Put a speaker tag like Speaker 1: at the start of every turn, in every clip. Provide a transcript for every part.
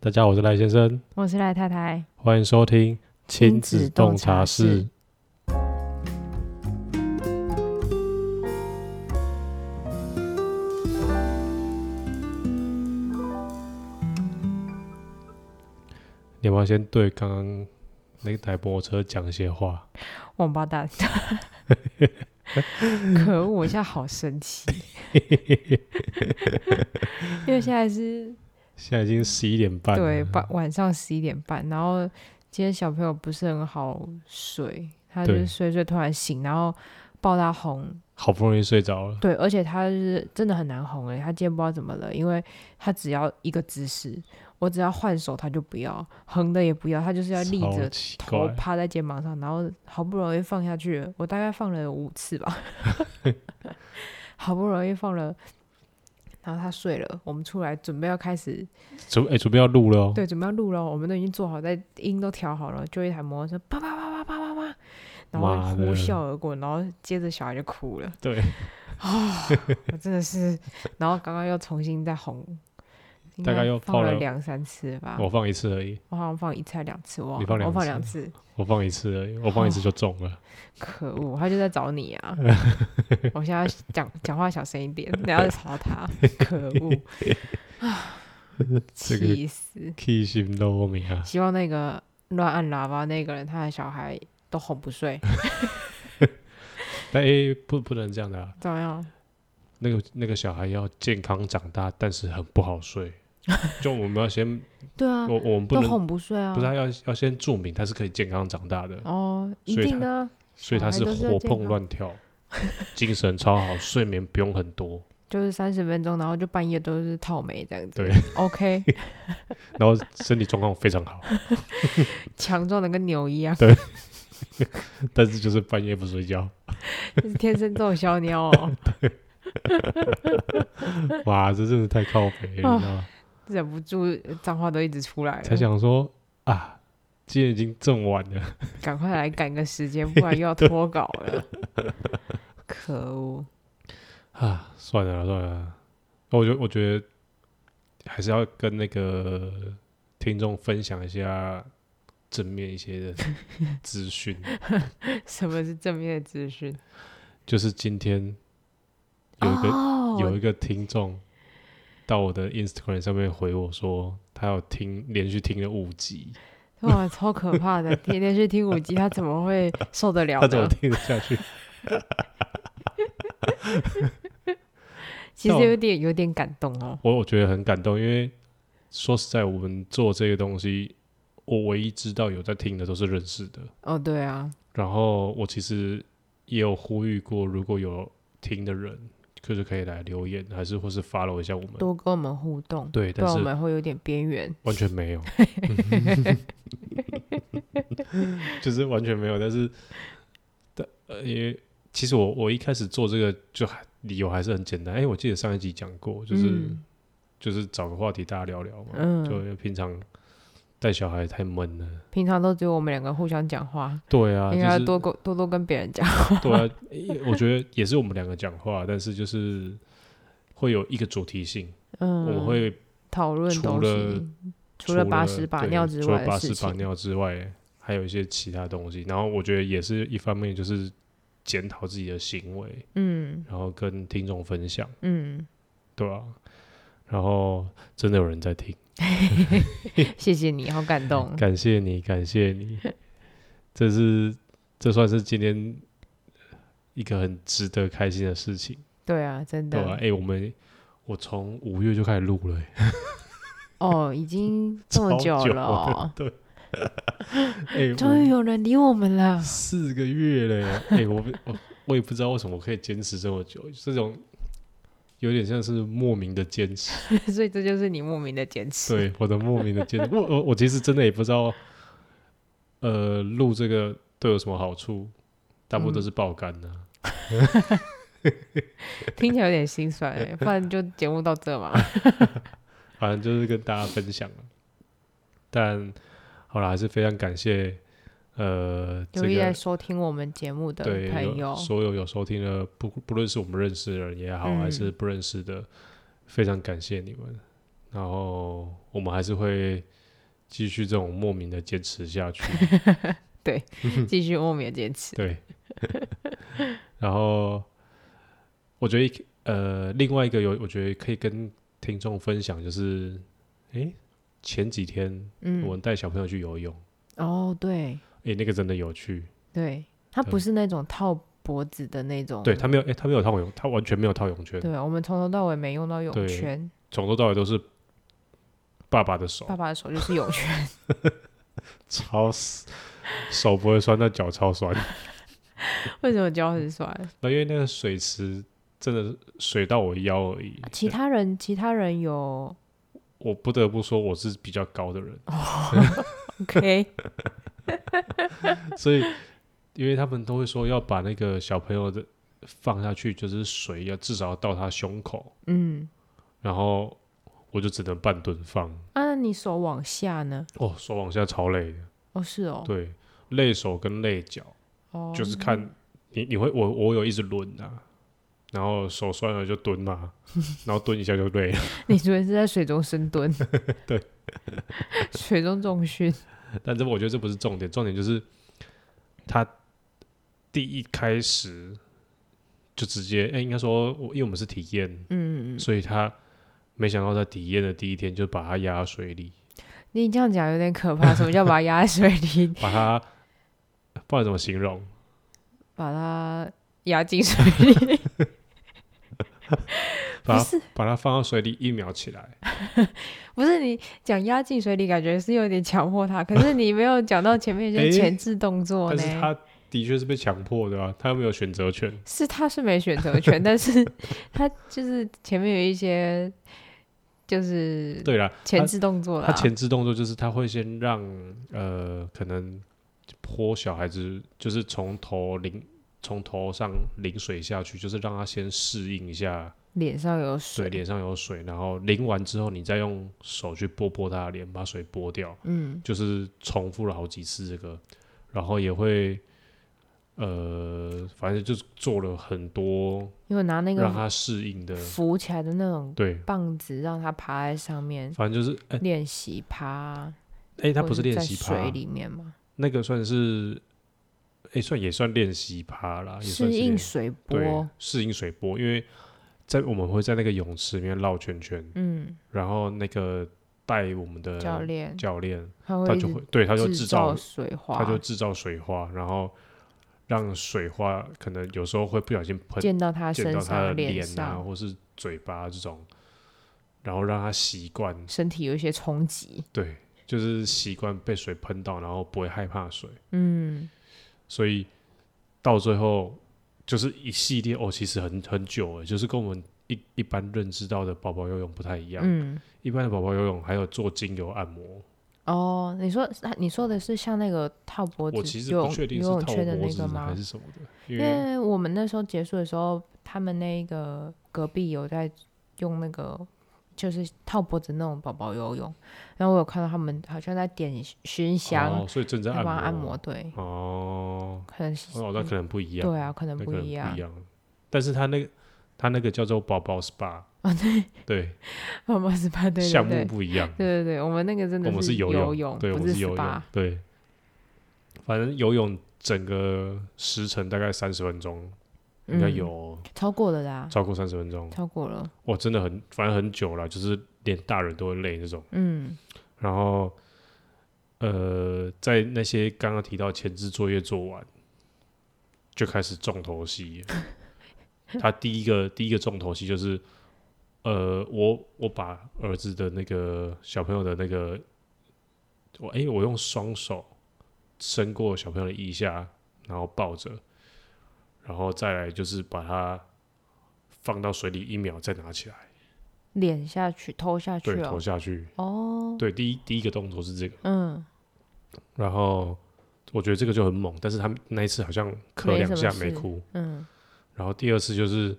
Speaker 1: 大家好，我是赖先生，
Speaker 2: 我是赖太太。
Speaker 1: 欢迎收听亲子洞察
Speaker 2: 亲子
Speaker 1: 室
Speaker 2: 洞。
Speaker 1: 你要不要先对刚刚那台摩托车讲一些话？
Speaker 2: 王八 蛋！可恶！我现在好生 气，因为现在是
Speaker 1: 现在已经十一点半了，
Speaker 2: 对晚晚上十一点半，然后今天小朋友不是很好睡，他就
Speaker 1: 对
Speaker 2: 是睡睡突然醒，然后抱他哄，
Speaker 1: 好不容易睡着了，
Speaker 2: 对，而且他就是真的很难哄诶、他今天不知道怎么了，因为他只要一个姿势，我只要换手他就不要，横的也不要，他就是要立
Speaker 1: 超
Speaker 2: 着
Speaker 1: 奇
Speaker 2: 头
Speaker 1: 怪，
Speaker 2: 趴在肩膀上，然后好不容易放下去了，我大概放了有五次 吧，好不容易放了，然后他睡了，我们出来准备要开始，
Speaker 1: 准哎、准备要录了哦，
Speaker 2: 对，准备啊要录了，我们都已经做好，在音都调好了，就一台摩托车叭叭叭叭叭叭叭，然
Speaker 1: 妈
Speaker 2: 后
Speaker 1: 的
Speaker 2: 呼啸而过，然后接着小孩就哭了，啊
Speaker 1: 对，
Speaker 2: 我真的是，然后刚刚又重新再哄，应
Speaker 1: 大概
Speaker 2: 该
Speaker 1: 又
Speaker 2: 放
Speaker 1: 放了
Speaker 2: 两三次吧，
Speaker 1: 我放一次而已，
Speaker 2: 我好像放一次还两次，我忘
Speaker 1: 你
Speaker 2: 了
Speaker 1: 放两
Speaker 2: 我放
Speaker 1: 次
Speaker 2: 两次，
Speaker 1: 我放一次而已，我放一次就中了。
Speaker 2: 可恶，他就在找你 啊！我现在讲讲话小声一点，不要吵 他。可恶，啊
Speaker 1: 这个
Speaker 2: 气死！
Speaker 1: K 心都梦呀，
Speaker 2: 希望那个乱按喇叭那个人，他的小孩都哄不睡，
Speaker 1: 但哎、不不能这样的、啊，
Speaker 2: 怎么样？
Speaker 1: 那个那个小孩要健康长大，但是很不好 睡。就我们要先，
Speaker 2: 对啊，
Speaker 1: 我我们不
Speaker 2: 都
Speaker 1: 能，
Speaker 2: 哄不睡啊
Speaker 1: 不是。他要要先注明他是可以健康长大的，
Speaker 2: 哦，一
Speaker 1: 所以
Speaker 2: 定啊，
Speaker 1: 所以他
Speaker 2: 小孩都是要
Speaker 1: 活
Speaker 2: 健
Speaker 1: 蹦
Speaker 2: 康
Speaker 1: 乱跳，精神超好，睡眠不用很多，
Speaker 2: 就是三十分钟，然后就半夜都是套眉这样子。
Speaker 1: 对
Speaker 2: OK，
Speaker 1: 然后身体状况非常好，
Speaker 2: 强壮的跟牛一样，
Speaker 1: 但是就是半夜不睡觉，
Speaker 2: 是天生这种小鸟哦，
Speaker 1: 哇，这真的太靠北了，你知道
Speaker 2: 啊
Speaker 1: 吗？
Speaker 2: 忍不住脏话都一直出来了。
Speaker 1: 才想说啊，今天已经这么晚了，
Speaker 2: 赶快来赶个时间，不然又要脱稿 了。可恶！
Speaker 1: 啊，算了啦算了啦，那我觉得我觉得还是要跟那个听众分享一下正面一些 的资讯，
Speaker 2: 什么是正面的资讯？
Speaker 1: 就是今天有一个、
Speaker 2: 哦
Speaker 1: 有一个听众到我的 Instagram 上面回我说，他有听连续听了五集，
Speaker 2: 哇，超可怕的！天天去听五 G，他怎么会受得了
Speaker 1: 他怎么
Speaker 2: 呢？
Speaker 1: 听得下去？
Speaker 2: 其实有点有点感动哦。
Speaker 1: 我我觉得很感动，因为说实在，我们做这个东西，我唯一知道有在听的都是认识的。
Speaker 2: 哦，对啊，
Speaker 1: 然后我其实也有呼吁过，如果有听的人，就是可以来留言，还是或是 follow 一下我们。
Speaker 2: 多跟我们互动，
Speaker 1: 对，
Speaker 2: 不
Speaker 1: 但
Speaker 2: 然我
Speaker 1: 是
Speaker 2: 们会有点边缘。
Speaker 1: 完全没有， 就是完全没有。但是，但呃，因为其实我我一开始做这个就还理由还是很简单。哎、我记得上一集讲过，就是、
Speaker 2: 嗯
Speaker 1: 就是找个话题大家聊聊嘛。
Speaker 2: 嗯
Speaker 1: 就因为平常带小孩太闷了。
Speaker 2: 平常都只有我们两个互相讲话，
Speaker 1: 对啊，
Speaker 2: 应该要
Speaker 1: 就是
Speaker 2: 多跟多多跟别人讲。
Speaker 1: 对啊，诶我觉得也是我们两个讲话，但是就是会有一个主题性，
Speaker 2: 嗯，
Speaker 1: 我们会
Speaker 2: 讨论
Speaker 1: 除
Speaker 2: 东
Speaker 1: 了
Speaker 2: 西，除了把屎把
Speaker 1: 对
Speaker 2: 尿之
Speaker 1: 除
Speaker 2: 外
Speaker 1: 了把
Speaker 2: 的
Speaker 1: 屎
Speaker 2: 事
Speaker 1: 把
Speaker 2: 情。
Speaker 1: 尿之外，还有一些其他东西。然后我觉得也是一方面就是检讨自己的行为，
Speaker 2: 嗯
Speaker 1: 然后跟听众分享，
Speaker 2: 嗯，
Speaker 1: 对吧、然后真的有人在听，
Speaker 2: 谢谢你，好感动。
Speaker 1: 感谢你，感谢你，这是这算是今天一个很值得开心的事情，
Speaker 2: 对啊，真
Speaker 1: 对吧、
Speaker 2: 的
Speaker 1: 哎、。我们我从五月就开始录了、哎
Speaker 2: 哦，已 经这么
Speaker 1: 超
Speaker 2: 久
Speaker 1: 久
Speaker 2: 了哦，
Speaker 1: 哎、
Speaker 2: 终于
Speaker 1: 我
Speaker 2: 有人理我 们了。
Speaker 1: 四个月嘞、哎、我不我我也不知道为什么我可以坚持这么久，这种有点像是莫名的坚持，
Speaker 2: 所以这就是你莫名的坚持。
Speaker 1: 对我的莫名的坚持，我我我其实真的也不知道，呃，录这个对我有什么好处，大部
Speaker 2: 嗯
Speaker 1: 分都是爆肝啊的、
Speaker 2: 听起来有点心酸哎、不然就节目到 这嘛。
Speaker 1: 反正就是跟大家分享了。但好了，还是非常感谢呃这
Speaker 2: 有意在
Speaker 1: 个
Speaker 2: 收听我们节目的
Speaker 1: 对
Speaker 2: 朋
Speaker 1: 有
Speaker 2: 友，
Speaker 1: 所有有收听的，不不论是我们认识的人也好，
Speaker 2: 嗯
Speaker 1: 还是不认识的，非常感谢你们。然后我们还是会继续这种莫名的坚持下 去。
Speaker 2: 继续莫名的坚持。
Speaker 1: 对，然后我觉得一呃，另外一个有，我觉得可以跟听众分享，就是诶，前几天我
Speaker 2: 嗯，
Speaker 1: 们带小朋友去游泳，
Speaker 2: 哦，对
Speaker 1: 诶，那个真的有趣。
Speaker 2: 对，它不
Speaker 1: 对
Speaker 2: 是那种套脖子的那种。
Speaker 1: 对他没有，诶，他没有套泳，他完全没有套泳圈，
Speaker 2: 对，啊我们从头到尾没用到
Speaker 1: 对
Speaker 2: 泳圈，
Speaker 1: 从头到尾都是爸爸的手
Speaker 2: 爸，爸的手就是泳圈。
Speaker 1: 超死手不会酸，但脚超酸。
Speaker 2: 为什么脚很酸？
Speaker 1: 那因为那个水池真的是水到我腰而已，
Speaker 2: 其他人其他人有
Speaker 1: 我不得不说我是比较高的 人，
Speaker 2: OK，
Speaker 1: 所以，因为他们都会说要把那个小朋友的放下去，就是水要至少要到他胸口，
Speaker 2: 嗯，
Speaker 1: 然后我就只能半蹲放。
Speaker 2: 啊，那你手往下呢？
Speaker 1: 哦，手往下超累的，
Speaker 2: 哦，是哦，
Speaker 1: 对，累手跟累脚，
Speaker 2: 哦，
Speaker 1: 就是看你你会我我有一直轮啊，然后手酸了就蹲 嘛，然后蹲一下就累了。，
Speaker 2: 你昨天是在水中深蹲
Speaker 1: 对，
Speaker 2: 水中重训，
Speaker 1: 但这我觉得这不是重点，重点就是他第一开始就直接，哎、应该说我因为我们是体验，
Speaker 2: 嗯，嗯嗯
Speaker 1: 所以他没想到在体验的第一天就把他压到水里，
Speaker 2: 你这样讲有点可怕，什么叫把它压在水里，
Speaker 1: 把他不知道怎么形容，
Speaker 2: 把它压进水 里？不
Speaker 1: 把他
Speaker 2: 是，
Speaker 1: 把他放到水里一秒起来，
Speaker 2: 不是你讲压进水里，感觉是有点强迫 他，可是你没有讲到前面一
Speaker 1: 诶
Speaker 2: 些前置动作
Speaker 1: 但
Speaker 2: 呢。
Speaker 1: 是他的确是被强迫的啊，他又没有选择权，
Speaker 2: 是他是没选择 权，但是他就是前面有一些就是
Speaker 1: 对啦，
Speaker 2: 前置动作啦。
Speaker 1: 他前置动作就是他会先让呃可能泼小孩子就是从头淋。从头上淋水下去，就是让他先适应一下
Speaker 2: 脸上有
Speaker 1: 水，
Speaker 2: 水，
Speaker 1: 脸上有水，然后淋完之后，你再用手去拨拨他的脸，把水拨掉。
Speaker 2: 嗯，
Speaker 1: 就是重复了好几次这个，然后也会呃，反正就是做了很多
Speaker 2: 因为拿那
Speaker 1: 让
Speaker 2: 个
Speaker 1: 他适应的，
Speaker 2: 浮起来的那种
Speaker 1: 对，
Speaker 2: 棒子，让他爬在上面
Speaker 1: 反正就是 哎
Speaker 2: 练习爬。
Speaker 1: 哎，他
Speaker 2: 或
Speaker 1: 不是
Speaker 2: 者
Speaker 1: 练
Speaker 2: 在
Speaker 1: 习
Speaker 2: 水
Speaker 1: 趴，
Speaker 2: 里面嘛，
Speaker 1: 那个算是哎算也算练习趴啦，啊也算
Speaker 2: 适
Speaker 1: 是
Speaker 2: 应
Speaker 1: 练
Speaker 2: 水
Speaker 1: 对
Speaker 2: 波。
Speaker 1: 适应水波，因为在我们会在那个泳池里面绕圈圈，
Speaker 2: 嗯，
Speaker 1: 然后那个带我们的
Speaker 2: 教练
Speaker 1: 教练
Speaker 2: 他会
Speaker 1: 他
Speaker 2: 一
Speaker 1: 就
Speaker 2: 直
Speaker 1: 会对他就
Speaker 2: 制
Speaker 1: 制造
Speaker 2: 造水花，
Speaker 1: 他就制造水花，然后让水花可能有时候会不小心喷
Speaker 2: 溅到他
Speaker 1: 溅
Speaker 2: 身
Speaker 1: 到他的
Speaker 2: 上、
Speaker 1: 脸啊，
Speaker 2: 上、
Speaker 1: 或是嘴巴这种，然后让他习惯，
Speaker 2: 身体有一些冲击。
Speaker 1: 对，就是习惯被水喷到，然后不会害怕水，
Speaker 2: 嗯，
Speaker 1: 所以到最后就是一系列哦，其实很很久了，就是跟我们一一般认知到的宝宝游泳不太一样，
Speaker 2: 嗯，
Speaker 1: 一般的宝宝游泳还有做精油按摩，
Speaker 2: 哦，你说你说的是像那个套脖子
Speaker 1: 我其实
Speaker 2: 游
Speaker 1: 不
Speaker 2: 泳
Speaker 1: 确定是
Speaker 2: 游泳
Speaker 1: 套
Speaker 2: 圈的
Speaker 1: 脖
Speaker 2: 那
Speaker 1: 子
Speaker 2: 个吗
Speaker 1: 还？是什么的，因
Speaker 2: 因
Speaker 1: 为
Speaker 2: 为我们那时候结束的时候，他们那个隔壁有在用那个就是套脖子那种宝宝游泳，然后我有看到他们好像在点熏香，
Speaker 1: 哦，所以正在
Speaker 2: 要
Speaker 1: 按摩
Speaker 2: 帮他按摩，对，
Speaker 1: 哦，
Speaker 2: 可能是
Speaker 1: 哦，那可能不一样，
Speaker 2: 对啊，可能
Speaker 1: 那
Speaker 2: 不
Speaker 1: 可能
Speaker 2: 一样
Speaker 1: 不一。样。但是他那个他那个叫做宝宝 SPA
Speaker 2: 哦，对，
Speaker 1: 对
Speaker 2: 我们 是吧？对对
Speaker 1: 项目
Speaker 2: 对，
Speaker 1: 不一样，
Speaker 2: 对对对，我们那个真的
Speaker 1: 我们是
Speaker 2: 游
Speaker 1: 泳，对，我
Speaker 2: 不
Speaker 1: 们是
Speaker 2: 十
Speaker 1: 游泳
Speaker 2: 八，，
Speaker 1: 对。反正游泳整个时程大概三十分钟，应该
Speaker 2: 嗯
Speaker 1: 有
Speaker 2: 超过了啦，
Speaker 1: 超过三十分钟，
Speaker 2: 超过了，
Speaker 1: 哇，真的很，反正很久了，就是连大人都会累那种。
Speaker 2: 嗯
Speaker 1: 然后，呃，在那些刚刚提到前置作业做完，就开始重头戏了。他第一个第一个重头戏就是，呃，我我把儿子的那个小朋友的那个，我诶，我用双手伸过小朋友的腋下，然后抱着，然后再来就是把他放到水里一秒，再拿起来，
Speaker 2: 脸下去，头下去
Speaker 1: 对，投
Speaker 2: 哦，
Speaker 1: 下去。
Speaker 2: 哦，
Speaker 1: 对，第一第一个动作是这个。
Speaker 2: 嗯，
Speaker 1: 然后我觉得这个就很猛，但是他们那一次好像咳
Speaker 2: 没
Speaker 1: 两
Speaker 2: 什么
Speaker 1: 下
Speaker 2: 事
Speaker 1: 没哭。
Speaker 2: 嗯，
Speaker 1: 然后第二次就是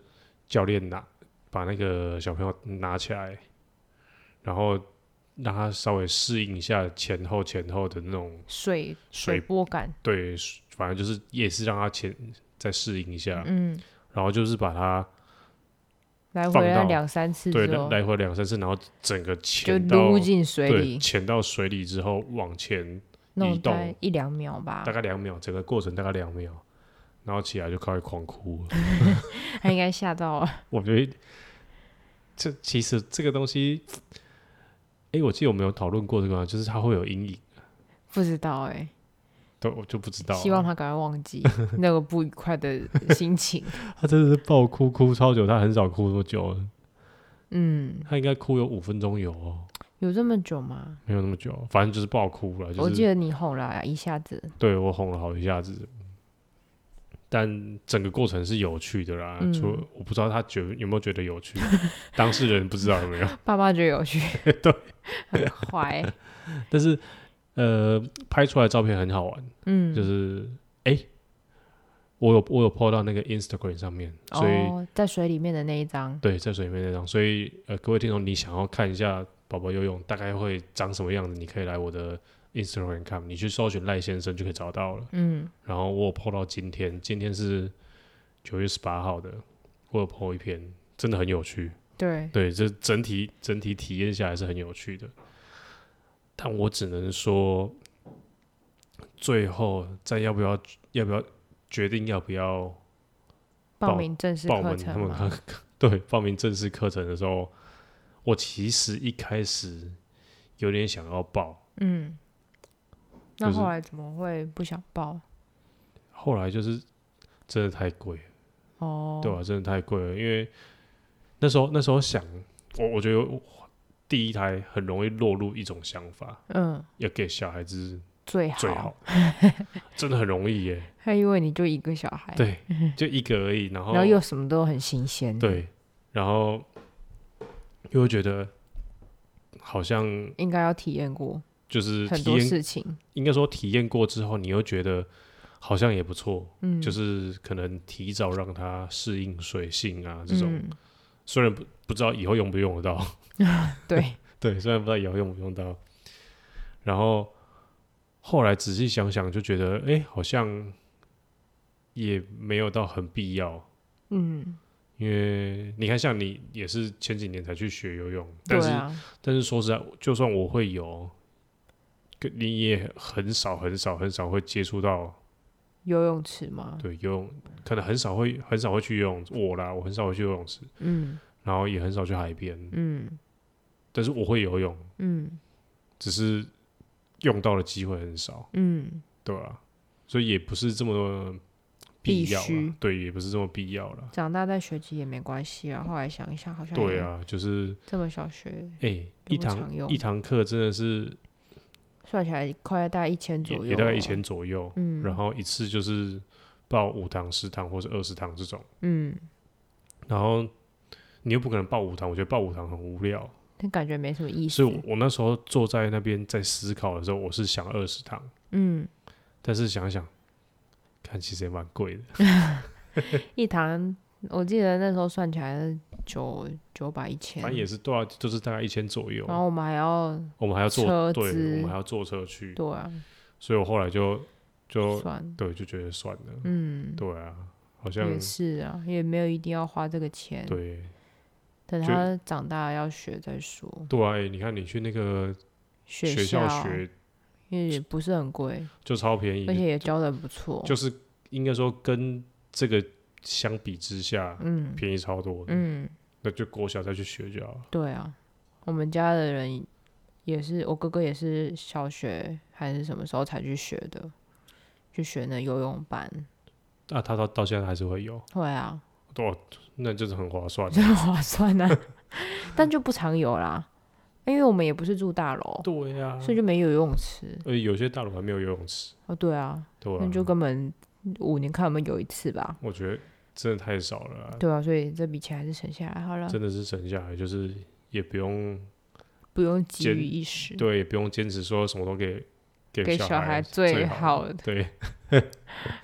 Speaker 1: 教练拿把那个小朋友拿起来，然后让他稍微适应一下前后前后的那种
Speaker 2: 水
Speaker 1: 水
Speaker 2: 水波感，
Speaker 1: 对，反正就是啊也是让他前再适应一下，
Speaker 2: 嗯，
Speaker 1: 然后就是把他
Speaker 2: 来
Speaker 1: 放
Speaker 2: 回要
Speaker 1: 到
Speaker 2: 两三次
Speaker 1: 对，
Speaker 2: 之
Speaker 1: 来
Speaker 2: 后，
Speaker 1: 来回两三次，然后整个
Speaker 2: 就
Speaker 1: 潜到
Speaker 2: 撸进水
Speaker 1: 对
Speaker 2: 里，
Speaker 1: 潜到水里之后往前
Speaker 2: 弄
Speaker 1: 移动
Speaker 2: 大概一两秒吧
Speaker 1: 大。概两秒，整个过程大概两秒，然后起来就开始狂哭了。
Speaker 2: 他应该吓到了，
Speaker 1: 我觉得这其实这个东西，哎、我记得我们有讨论过这个吗？就是它会有阴影，
Speaker 2: 不知道哎、
Speaker 1: 都我就不知道啊了。
Speaker 2: 希望他赶快忘记那个不愉快的 心情。
Speaker 1: 他真的是爆哭，哭超久，他很少哭那么久了，
Speaker 2: 嗯，
Speaker 1: 他应该哭有五分钟有哦，
Speaker 2: 有这么久吗？
Speaker 1: 没有那么久，反正就是爆哭了，
Speaker 2: 我
Speaker 1: 就
Speaker 2: 记
Speaker 1: 是
Speaker 2: 得你吼了一下子，
Speaker 1: 对我哄了好一下子。但整个过程是有趣的啦，
Speaker 2: 嗯
Speaker 1: 除我不知道他觉有没有觉得有趣，当事人不知道有没有。
Speaker 2: 爸妈觉得有趣，
Speaker 1: 对，
Speaker 2: 很坏、
Speaker 1: 但是呃，拍出来的照片很好玩，
Speaker 2: 嗯，
Speaker 1: 就是哎、诶我有我有 po 到那个 Instagram 上面，所以、
Speaker 2: 哦，在水里面的那一张，
Speaker 1: 对，在水里面那张，所以呃，各位听众，你想要看一下宝宝游泳大概会长什么样子，你可以来我的 Instagram 看，你去搜寻赖先生就可以找到了。
Speaker 2: 嗯
Speaker 1: 然后我有 po 到今天，今天是九月十八号的，我有 po 一篇，真的很有趣。
Speaker 2: 对，
Speaker 1: 对，这整体整体体验下来是很有趣的。但我只能说，最后再要不要要不要决定要不要
Speaker 2: 报
Speaker 1: 报
Speaker 2: 名正式
Speaker 1: 报
Speaker 2: 课
Speaker 1: 名他
Speaker 2: 程
Speaker 1: 们
Speaker 2: 嘛，
Speaker 1: 看 对报名正式课程的时候，我其实一开始有点想要报，
Speaker 2: 嗯，那
Speaker 1: 就是
Speaker 2: 后来怎么会不想报？
Speaker 1: 后来就是真的太贵了，
Speaker 2: 哦，
Speaker 1: 对啊，真的太贵了，因为那时候那时候想，我我觉得我第一胎很容易落入一种想法，
Speaker 2: 嗯，
Speaker 1: 要给小孩子
Speaker 2: 最好，
Speaker 1: 最好， 真的很容易耶。
Speaker 2: 他因为你就一个小孩，，
Speaker 1: 对，就一个而已，然后
Speaker 2: 嗯然后又嗯什么都很新鲜，，
Speaker 1: 对，然后又会觉得好像
Speaker 2: 应该要体验过
Speaker 1: 就是
Speaker 2: 很
Speaker 1: 体
Speaker 2: 多
Speaker 1: 验，
Speaker 2: 事情，
Speaker 1: 应该说体验过之后，你又觉得好像也不错，
Speaker 2: 嗯，
Speaker 1: 就是可能提早让他适应水性啊这种，
Speaker 2: 嗯
Speaker 1: 虽然不不知道以后用不用得到，
Speaker 2: 对，
Speaker 1: 对，虽然不知道以后用不用到，然后后来仔细想想，就觉得哎、诶好像也没有到很必要，
Speaker 2: 嗯，
Speaker 1: 因为你看，像你也是前几年才去学游泳，
Speaker 2: 对
Speaker 1: 但是、
Speaker 2: 啊，
Speaker 1: 但是说实在，就算我会游，跟你也很少很少很少会接触到
Speaker 2: 游泳池嘛，
Speaker 1: 对游泳，可能很少会很少会去游泳我啦，我很少会去游泳池，
Speaker 2: 嗯
Speaker 1: 然后也很少去海边，
Speaker 2: 嗯
Speaker 1: 但是我会游泳，
Speaker 2: 嗯
Speaker 1: 只是用到的机会很少，
Speaker 2: 嗯，
Speaker 1: 对吧、所以也不是这么必要
Speaker 2: 必须
Speaker 1: 了，对，也不是这么必要了。
Speaker 2: 长大再学习也没关系啊。后来想一想，好像
Speaker 1: 对
Speaker 2: 也
Speaker 1: 啊，就是
Speaker 2: 这么小学
Speaker 1: 哎、
Speaker 2: 不
Speaker 1: 一
Speaker 2: 常
Speaker 1: 堂
Speaker 2: 用
Speaker 1: 一堂课真的是
Speaker 2: 算起来快要大概一千左
Speaker 1: 也
Speaker 2: 右啊了，
Speaker 1: 也大概一千左右，
Speaker 2: 嗯
Speaker 1: 然后一次就是报五堂、十堂或者二十堂这种，
Speaker 2: 嗯，
Speaker 1: 然后你又不可能报五堂，我觉得报五堂很无聊，
Speaker 2: 但感觉没什么意思
Speaker 1: 所以。我我那时候坐在那边在思考的时候，我是想二十堂，
Speaker 2: 嗯，
Speaker 1: 但是想一想，看其实也蛮贵的，
Speaker 2: 一堂我记得那时候算起来九九百一千，
Speaker 1: 反正也是对啊，就是大概一千左右，
Speaker 2: 然后我们还要
Speaker 1: 我们还要
Speaker 2: 哦
Speaker 1: 坐，
Speaker 2: 车
Speaker 1: 对，
Speaker 2: 资
Speaker 1: 我们还要坐车去，
Speaker 2: 对啊
Speaker 1: 所以我后来就就
Speaker 2: 算，
Speaker 1: 对就觉得算了，
Speaker 2: 嗯，
Speaker 1: 对啊，好像
Speaker 2: 也是啊，也没有一定要花这个钱，
Speaker 1: 对
Speaker 2: 等
Speaker 1: 就
Speaker 2: 他长大要学再说。
Speaker 1: 对啊，哎你看你去那个
Speaker 2: 学
Speaker 1: 学校学
Speaker 2: 因为也不是很贵，
Speaker 1: 就超便宜的
Speaker 2: 而，且也教的不错，
Speaker 1: 就是应该说跟这个相比之下，
Speaker 2: 嗯
Speaker 1: 便宜超多的。
Speaker 2: 嗯，
Speaker 1: 那就国小再去学就好了。
Speaker 2: 对啊，我们家的人也是，我哥哥也是小学还是什么时候才去学的，去学那游泳班。
Speaker 1: 那、他到到现在还是会有，
Speaker 2: 会啊，
Speaker 1: 哇，那就是很划算的。
Speaker 2: 真的划算啊，但就不常有啦，因为我们也不是住大楼，
Speaker 1: 对啊呀、
Speaker 2: 所以就没有游泳池。
Speaker 1: 而且有些大楼还没有游泳池，
Speaker 2: 哦，对啊，
Speaker 1: 对啊
Speaker 2: 那就根本五年看我们有一次吧。
Speaker 1: 我觉得真的太少了啊、
Speaker 2: 对啊啊，所以这笔钱还是省下来好了，
Speaker 1: 真的是省下来，就是也不用
Speaker 2: 嗯不用急
Speaker 1: 简
Speaker 2: 于一时。
Speaker 1: 对，也不用坚持说什么都给给
Speaker 2: 给
Speaker 1: 小
Speaker 2: 小孩最
Speaker 1: 最
Speaker 2: 好的
Speaker 1: 对，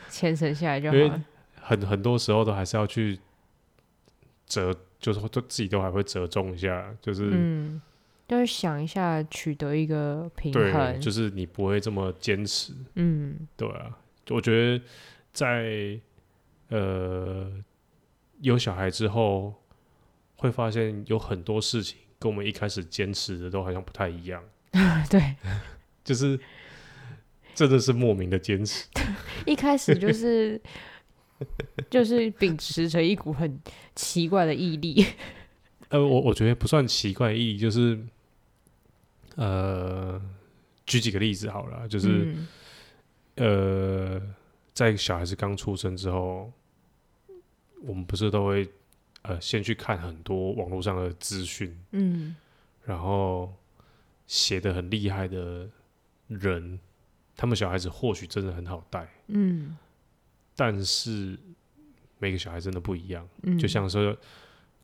Speaker 2: 钱省下来就
Speaker 1: 因为
Speaker 2: 好了。
Speaker 1: 很很多时候都还是要去折，就是都自己都还会折中一下，就是、
Speaker 2: 嗯，就是想一下取得一个平
Speaker 1: 对，
Speaker 2: 衡。
Speaker 1: 就是你不会这么坚持，
Speaker 2: 嗯
Speaker 1: 对啊，我觉得在呃有小孩之后，会发现有很多事情跟我们一开始坚持的都好像不太一样，
Speaker 2: 对，
Speaker 1: 就是真的是莫名的坚持。
Speaker 2: 一开始就是就是秉持着一股很奇怪的毅力，
Speaker 1: 呃，我我觉得不算奇怪的意义，就是呃，举几个例子好了，就是。
Speaker 2: 嗯
Speaker 1: 呃，在小孩子刚出生之后，我们不是都会呃先去看很多网络上的资讯，
Speaker 2: 嗯
Speaker 1: 然后写的很厉害的人，他们小孩子或许真的很好带，
Speaker 2: 嗯
Speaker 1: 但是每个小孩真的不一样，
Speaker 2: 嗯，
Speaker 1: 就像说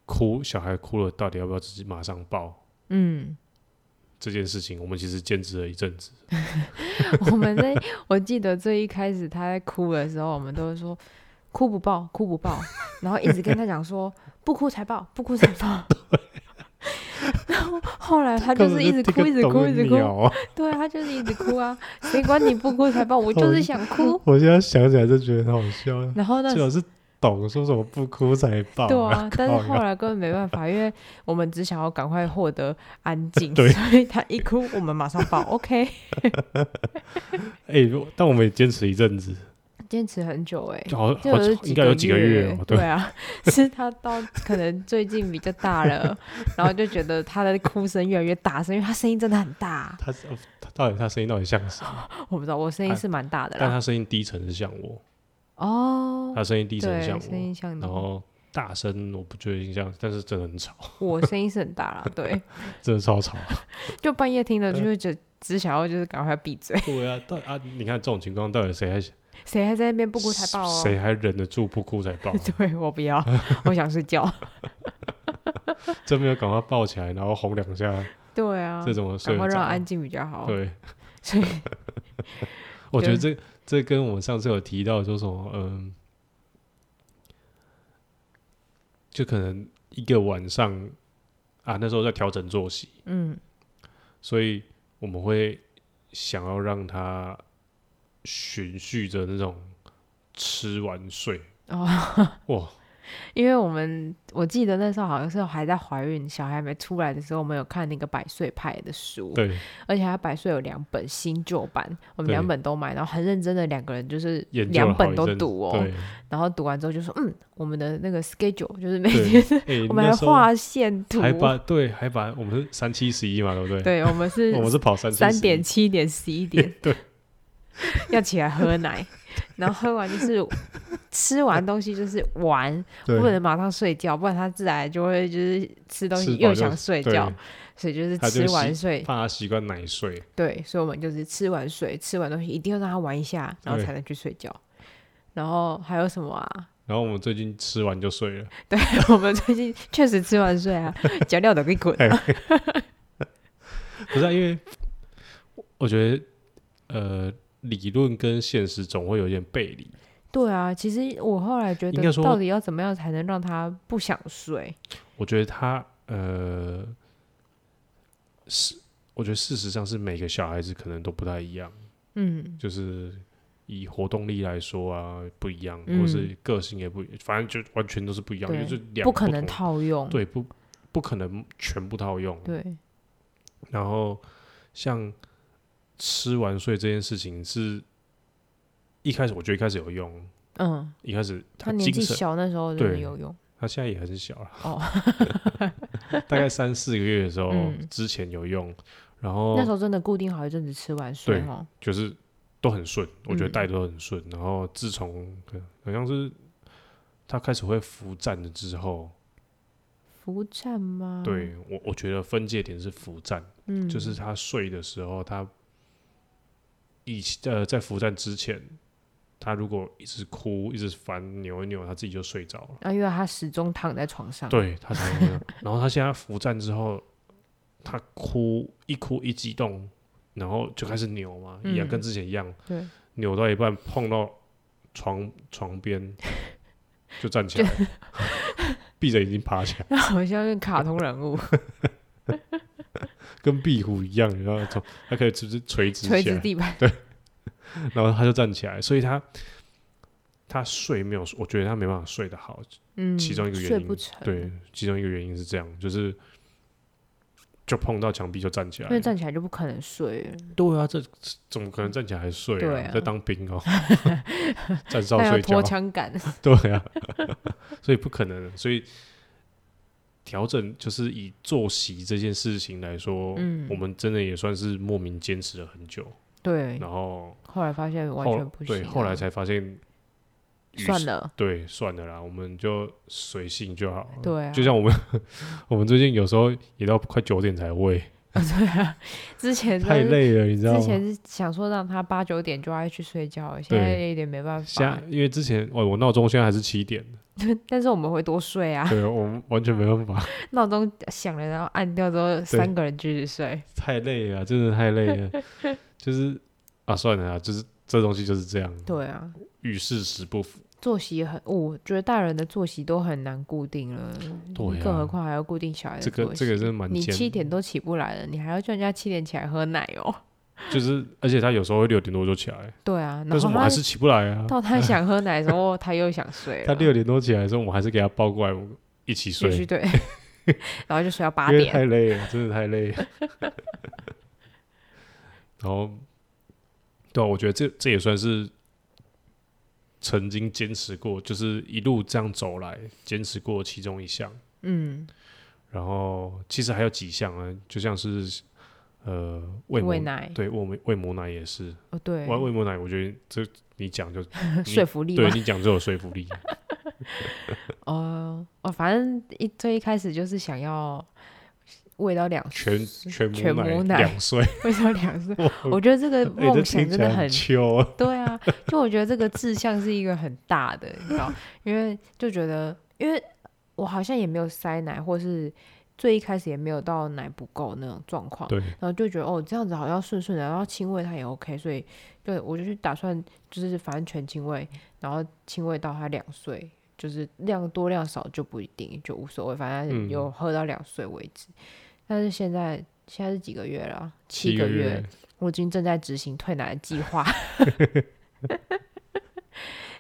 Speaker 1: 哭小孩哭了，到底要不要自己马上抱？
Speaker 2: 嗯，
Speaker 1: 这件事情，我们其实坚持了一阵子。
Speaker 2: 我们在我记得最一开始他在哭的时候，我们都会说哭不抱，哭不 抱，然后一直跟他讲说不哭才抱，不哭才 抱。然后后来他就是一直哭，一直哭，一直哭，
Speaker 1: 哭。
Speaker 2: 对他就是一直哭啊！谁管你不哭才抱，我就是想 哭。
Speaker 1: 我现在想起来就觉得很好笑。
Speaker 2: 然后那
Speaker 1: 最好是懂说什么不哭才棒、
Speaker 2: 对啊，但
Speaker 1: 靠
Speaker 2: 是后来根本没办法，因为我们只想要赶快获得安静，
Speaker 1: 对
Speaker 2: 所以他一哭，我们马上抱。OK，
Speaker 1: 哎、如但我们也坚持一阵子，
Speaker 2: 坚持很久哎、欸，
Speaker 1: 好
Speaker 2: 这
Speaker 1: 好
Speaker 2: 有
Speaker 1: 应该有几个月
Speaker 2: 欸
Speaker 1: 哦。
Speaker 2: 对，啊， 是他到可能最近比较大了， 然后就觉得他的哭声越来越大声，因为他声音真的很大，
Speaker 1: 他是他到底他声音到底像谁？
Speaker 2: 我不知道我声音是蛮大的
Speaker 1: 但
Speaker 2: 啦。
Speaker 1: 他声音低沉是像我，
Speaker 2: 哦，
Speaker 1: 他声音低沉
Speaker 2: 对，
Speaker 1: 像
Speaker 2: 声
Speaker 1: 我，
Speaker 2: 音像你
Speaker 1: 然，后大声我不确定像，但是真的很吵，
Speaker 2: 我声音是很大啦， 对，
Speaker 1: 真的超吵。啊
Speaker 2: 就半夜听了就会觉得只想要就是赶快闭嘴，
Speaker 1: 对啊，到啊，你看这种情况，到底谁还
Speaker 2: 谁还在那边不哭才抱哦？
Speaker 1: 谁还忍得住不哭才啊抱？
Speaker 2: 对我不要，我想睡 觉。
Speaker 1: 真没有赶快抱起来，然后哄两下，
Speaker 2: 对啊，
Speaker 1: 这种睡得
Speaker 2: 赶快
Speaker 1: 着
Speaker 2: 让它安静哦比较好。
Speaker 1: 对，
Speaker 2: 所以
Speaker 1: 我觉得
Speaker 2: 对
Speaker 1: 这这跟我们上次有提到，就是什么，嗯，就可能一个晚上啊，那时候在调整作息，
Speaker 2: 嗯
Speaker 1: 所以我们会想要让他循序着那种吃完睡。
Speaker 2: 哦，
Speaker 1: 哇，
Speaker 2: 因为我们我记得那时候好像是还在怀孕，小孩没出来的时候，我们有看那个百岁派的书，
Speaker 1: 对，
Speaker 2: 而且他百岁有两本新旧版，我们
Speaker 1: 对
Speaker 2: 两本都买，然后很认真的两个人就是
Speaker 1: 研究了
Speaker 2: 两
Speaker 1: 好
Speaker 2: 本
Speaker 1: 一
Speaker 2: 都
Speaker 1: 阵子
Speaker 2: 读哦，
Speaker 1: 对，
Speaker 2: 然后读完之后就说嗯，我们的那个 schedule 就是每
Speaker 1: 对
Speaker 2: 天
Speaker 1: 哎
Speaker 2: 我们
Speaker 1: 那
Speaker 2: 还
Speaker 1: 时候
Speaker 2: 画线图，
Speaker 1: 还把对，还把我们是三七十一嘛，对不对？，
Speaker 2: 对我们是
Speaker 1: 我们是跑三
Speaker 2: 三
Speaker 1: 七
Speaker 2: 点、七点、十一点
Speaker 1: ，对，
Speaker 2: 要起来喝奶，然后喝完就是吃完东西就是玩，
Speaker 1: 十一，
Speaker 2: 不
Speaker 1: 对，
Speaker 2: 能马上睡觉，不然他自然就会就是吃东
Speaker 1: 吃
Speaker 2: 西
Speaker 1: 饱
Speaker 2: 又
Speaker 1: 就
Speaker 2: 想睡
Speaker 1: 对
Speaker 2: 觉，所以就是
Speaker 1: 他就
Speaker 2: 吃完
Speaker 1: 习
Speaker 2: 睡，
Speaker 1: 怕他习惯奶睡，
Speaker 2: 对，所以我们就是吃完睡，吃完东西一定要让他玩一下，然后
Speaker 1: 对
Speaker 2: 才能去睡觉。然后还有什么啊？
Speaker 1: 然后我们最近吃完就睡了。
Speaker 2: 我们最近确实吃完睡啊， 脚料都给滚。
Speaker 1: 哎不是、啊、因为我我觉得呃，理论跟现实总会有点背离。
Speaker 2: 对啊，其实我后来觉
Speaker 1: 应该
Speaker 2: 得，
Speaker 1: 说
Speaker 2: 到底要怎么样才能让他不想睡？
Speaker 1: 我觉得他呃是，我觉得事实上是每个小孩子可能都不太一样，
Speaker 2: 嗯，
Speaker 1: 就是以活动力来说啊不一样，
Speaker 2: 嗯
Speaker 1: 或是个性也不，反正就完全都是不一样，因
Speaker 2: 对
Speaker 1: 为这两个
Speaker 2: 不可
Speaker 1: 同
Speaker 2: 能套用。
Speaker 1: 对不不可能全部套用。
Speaker 2: 对
Speaker 1: 然后像吃完睡这件事情是。一开始我觉得一开始有用，
Speaker 2: 嗯，
Speaker 1: 一开始
Speaker 2: 他年
Speaker 1: 精
Speaker 2: 纪
Speaker 1: 神，
Speaker 2: 小那时候真的
Speaker 1: 对
Speaker 2: 有用。
Speaker 1: 他现在也很小了，
Speaker 2: 哦，
Speaker 1: 大概三四个月的时候、
Speaker 2: 嗯
Speaker 1: 之前有用，然
Speaker 2: 那时
Speaker 1: 后
Speaker 2: 候真的固定好一阵子吃完睡
Speaker 1: 哦对
Speaker 2: 哦。
Speaker 1: 就是都很顺，我觉得
Speaker 2: 嗯
Speaker 1: 带都很顺。然后自从呃好像是他开始会扶站了之后，
Speaker 2: 服站吗？，
Speaker 1: 对我我觉得分界点是扶站，
Speaker 2: 嗯，
Speaker 1: 就是他睡的时候，他以前呃在扶站之前，他如果一直哭一直翻扭一扭，他自己就睡着了。
Speaker 2: 啊，因为他始终躺在床上。，
Speaker 1: 对他才会那样。然后他现在扶站之后，他哭一哭一激动，然后就开始扭嘛，一样、
Speaker 2: 嗯
Speaker 1: 跟之前一样，
Speaker 2: 对，
Speaker 1: 扭到一半碰到床床 边就站起来，闭着眼睛爬起来，
Speaker 2: 那好像是卡通人物
Speaker 1: 跟壁虎一样，然后从他可以 直直垂直
Speaker 2: 垂
Speaker 1: 起
Speaker 2: 直
Speaker 1: 来，
Speaker 2: 地板。
Speaker 1: 然后他就站起来，所以他他睡没有，我觉得他没办法睡得好，
Speaker 2: 嗯，
Speaker 1: 其中一个原因
Speaker 2: 睡不成，，
Speaker 1: 对，其中一个原因是这样，就是就碰到墙壁就站起来
Speaker 2: 因为
Speaker 1: 了，
Speaker 2: 站起来就不可能睡 了，
Speaker 1: 对啊，这这怎么可能站起来还睡
Speaker 2: 对啊
Speaker 1: 在当兵 哦，站哨
Speaker 2: 那要
Speaker 1: 睡觉
Speaker 2: 脱，枪感，
Speaker 1: 对啊， 所以不可能，所以调整就是以作息这件事情来说，
Speaker 2: 嗯
Speaker 1: 我们真的也算是莫名坚持了很久，
Speaker 2: 对，
Speaker 1: 然后
Speaker 2: 后来发现完
Speaker 1: 后
Speaker 2: 全不行啊，
Speaker 1: 对，后来才发现与
Speaker 2: 算了，
Speaker 1: 对，算了啦，我们就随性就好了。
Speaker 2: 对啊
Speaker 1: 就像我们 我们最近有时候也到快九点才喂，
Speaker 2: 啊 之前
Speaker 1: 太
Speaker 2: 真的是。
Speaker 1: 累了，你知道
Speaker 2: 之
Speaker 1: 吗？
Speaker 2: 前是想说让他八九点就要去睡觉了，现在
Speaker 1: 对
Speaker 2: 有点没办法
Speaker 1: 下。，因为之前哦，我闹钟现在还是七点，
Speaker 2: 但是我们会多睡啊，
Speaker 1: 对我们完全没办法，
Speaker 2: 闹钟响了，然后按掉之后，三个人继续睡。
Speaker 1: 太累了，真的太累 了。就是啊，算了啊，就是这东西就是这样，
Speaker 2: 对啊，
Speaker 1: 与事实不符。
Speaker 2: 作息很，我觉得大人的作息都很难固定了，
Speaker 1: 对啊
Speaker 2: 嗯更何况还要固定小孩的
Speaker 1: 这
Speaker 2: 作
Speaker 1: 个这
Speaker 2: 息。
Speaker 1: 个真的蛮
Speaker 2: 你
Speaker 1: 尖，
Speaker 2: 七点都起不来了，你还要叫人家七点起来喝奶哦。
Speaker 1: 就是而且他有时候会六点多就起来，
Speaker 2: 对啊，然
Speaker 1: 但是
Speaker 2: 后
Speaker 1: 我还
Speaker 2: 他
Speaker 1: 是起不来啊。
Speaker 2: 到他想喝奶的时候，哦他又想睡了。
Speaker 1: 他六点多起来的时候，我还是给他抱过来，我们一起
Speaker 2: 继续
Speaker 1: 睡，
Speaker 2: 对， 然后就睡到八
Speaker 1: 因为
Speaker 2: 点。
Speaker 1: 太累 了，真的太累了。然后，对啊、我觉得这这也算是曾经坚持过，就是一路这样走来坚持过其中一项。
Speaker 2: 嗯，
Speaker 1: 然后其实还有几项啊，就像是呃喂母
Speaker 2: 喂奶
Speaker 1: 对喂母喂母奶也是，
Speaker 2: 哦对
Speaker 1: 喂，喂母奶，我觉得这你讲 就
Speaker 2: 说服力
Speaker 1: 对
Speaker 2: 嘛。
Speaker 1: 你讲就有说 服力，
Speaker 2: 哦哦，反正一最一开始就是想要喂到两
Speaker 1: 全全
Speaker 2: 全母
Speaker 1: 母
Speaker 2: 奶哦
Speaker 1: 两岁，
Speaker 2: 喂到两岁，我觉得这个
Speaker 1: 哎这
Speaker 2: 梦想
Speaker 1: 听起
Speaker 2: 真
Speaker 1: 来
Speaker 2: 的很
Speaker 1: 秋啊。
Speaker 2: 对啊，就我觉得这个志向是一个很大的，你知道，因为就觉得，因为我好像也没有塞奶，或是最一开始也没有到奶不够那种状况，
Speaker 1: 对，
Speaker 2: 然后就觉得哦这样子好像顺顺的，然后亲喂他也 OK，所以就我就去打算就是反正全亲喂，然后亲喂到他两岁。就是量多量少就不一定，就无所谓，反正
Speaker 1: 嗯
Speaker 2: 有喝到两岁为止。但是现在现在是几个月了啊？
Speaker 1: 七
Speaker 2: 个
Speaker 1: 个月，
Speaker 2: 我已经正在执行退奶的计划。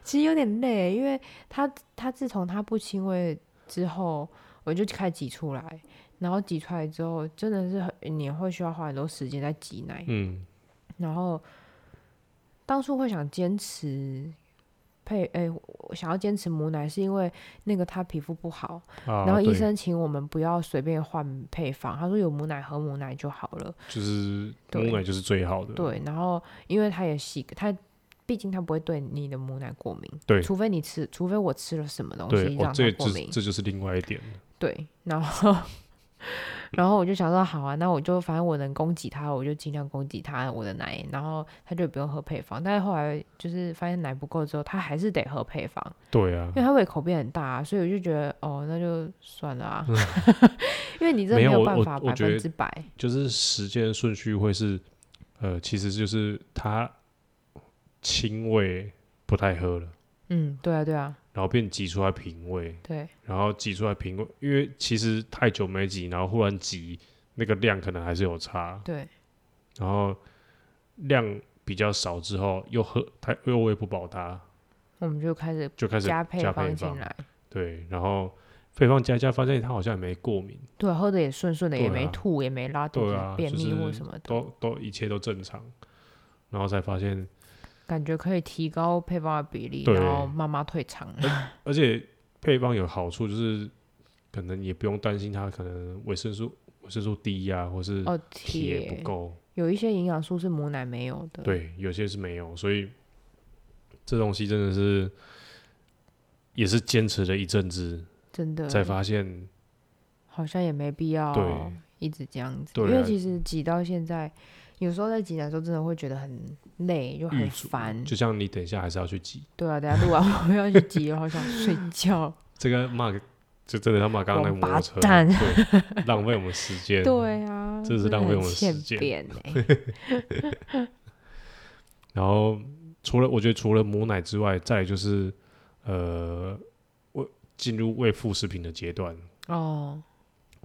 Speaker 2: 其实有点累，因为他他自从他不亲喂之后，我就开始挤出来，然后挤出来之后，真的是很你会需要花很多时间在挤奶。
Speaker 1: 嗯，
Speaker 2: 然后当初会想坚持配，诶、我想要坚持母奶，是因为那个他皮肤不好，
Speaker 1: 啊
Speaker 2: 然后医
Speaker 1: 对
Speaker 2: 生请我们不要随便换配方，他说有母奶喝母奶就好了。
Speaker 1: 就是
Speaker 2: 对
Speaker 1: 母奶就是最好的，
Speaker 2: 对，然后因为它也习，它毕竟它不会对你的母奶过敏，
Speaker 1: 对
Speaker 2: 除非你吃，除非我吃了什么东
Speaker 1: 对
Speaker 2: 西，
Speaker 1: 哦
Speaker 2: 让它
Speaker 1: 这
Speaker 2: 过
Speaker 1: 就是
Speaker 2: 敏，
Speaker 1: 这就是另外一点，
Speaker 2: 对，然后。 然后我就想说，好啊，那我就反正我能供给他，我就尽量供给他我的奶，然后他就不用喝配方。但是后来就是发现奶不够之后，他还是得喝配方，
Speaker 1: 对啊
Speaker 2: 因为，他胃口变很大、啊，所以我就觉得哦，那就算了 啊，因为你真的
Speaker 1: 没有
Speaker 2: 有
Speaker 1: 我
Speaker 2: 办
Speaker 1: 我
Speaker 2: 法
Speaker 1: 我
Speaker 2: 百
Speaker 1: 觉得
Speaker 2: 分之百，
Speaker 1: 就是时间顺序会是，呃，其实就是他亲喂不太喝了，
Speaker 2: 嗯，对啊，对啊，
Speaker 1: 然后变挤出来平喂，
Speaker 2: 对，
Speaker 1: 然后挤出来平胃，因为其实太久没挤，然后忽然挤，那个量可能还是有差，
Speaker 2: 对，
Speaker 1: 然后量比较少之后又喝，他又喂不饱他，
Speaker 2: 我们就开始
Speaker 1: 就开始
Speaker 2: 加配
Speaker 1: 加
Speaker 2: 方
Speaker 1: 配
Speaker 2: 进
Speaker 1: 方，
Speaker 2: 来。
Speaker 1: 对，然后配方加一加，发现他好像也没过敏，
Speaker 2: 对，喝的也顺顺的，
Speaker 1: 对
Speaker 2: 也没
Speaker 1: 啊
Speaker 2: 吐，也没拉肚
Speaker 1: 对
Speaker 2: 子、
Speaker 1: 啊，
Speaker 2: 便
Speaker 1: 就
Speaker 2: 秘
Speaker 1: 是
Speaker 2: 或什么的，
Speaker 1: 都都一切都正常，然后才发现，
Speaker 2: 感觉可以提高配方的比例，
Speaker 1: 对
Speaker 2: 然后慢慢退场。
Speaker 1: 而且配方有好处就是，可能也不用担心他可能维生素维生素 D 呀、或是
Speaker 2: 哦，
Speaker 1: 铁不
Speaker 2: 铁
Speaker 1: 够，
Speaker 2: 有一些营养素是母奶没有的。，
Speaker 1: 对，有些是没有，所以这东西真的是也是坚持了一阵子，
Speaker 2: 真的
Speaker 1: 才发现
Speaker 2: 好像也没必要
Speaker 1: 对
Speaker 2: 一直这样子，
Speaker 1: 对
Speaker 2: 因为
Speaker 1: 啊
Speaker 2: 其实挤到现在，有时候在挤奶的时候真的会觉得很累，就
Speaker 1: 欲
Speaker 2: 很
Speaker 1: 足
Speaker 2: 烦。
Speaker 1: 就像你等一下还是要去挤
Speaker 2: 对啊，等下录完我要去挤了，好想睡觉。
Speaker 1: 这个 Mark，就真的他妈 刚刚那个摩托车，
Speaker 2: 王八蛋
Speaker 1: 对，浪费我们时间。，
Speaker 2: 对啊，
Speaker 1: 这是
Speaker 2: 真的
Speaker 1: 浪费
Speaker 2: 很
Speaker 1: 我们时
Speaker 2: 欠
Speaker 1: 间
Speaker 2: 扁欸
Speaker 1: 然后除了我觉得除了母奶之外，再来就是呃，喂进入喂副食品的阶段，
Speaker 2: 哦，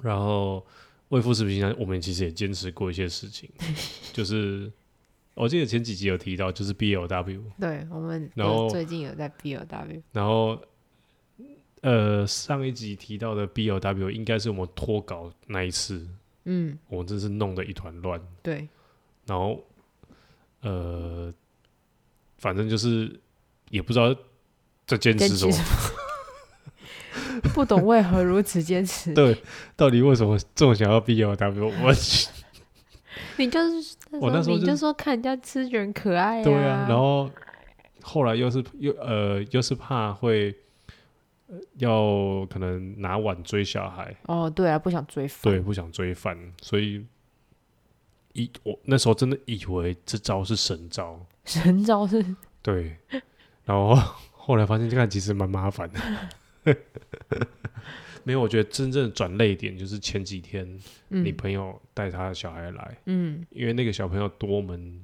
Speaker 1: 然 后喂副食品呢，我们其实也坚持过一些事情，就是我记得前几集有提到，就是 B L W，
Speaker 2: 对我们
Speaker 1: 然后
Speaker 2: 有最近有在 B L W，
Speaker 1: 然后呃上一集提到的 B L W 应该是我们脱稿那一次，
Speaker 2: 嗯，
Speaker 1: 我们真是弄得一团乱。
Speaker 2: 对，
Speaker 1: 然后呃，反正就是也不知道在坚
Speaker 2: 坚
Speaker 1: 持什
Speaker 2: 持
Speaker 1: 么
Speaker 2: 什，么？ 不懂为何如此坚持。
Speaker 1: 对，到底为什么这么想要 B L W？我
Speaker 2: 啊你就是
Speaker 1: 我那时候
Speaker 2: 你
Speaker 1: 就
Speaker 2: 就是说看人家吃卷可爱
Speaker 1: 对
Speaker 2: 啊
Speaker 1: 啊，，然后后来又是又呃又是怕会。呃要可能拿碗追小孩，
Speaker 2: 哦，对啊，不想追风，
Speaker 1: 对，不想追犯，所以以我那时候真的以为这招是神招，
Speaker 2: 神招是
Speaker 1: 对， 然后后来发现这个其实蛮麻烦的。 没有，我觉得真正的转泪点就是前几天你
Speaker 2: 嗯
Speaker 1: 朋友带他的小孩来，
Speaker 2: 嗯
Speaker 1: 因为那个小朋友多我们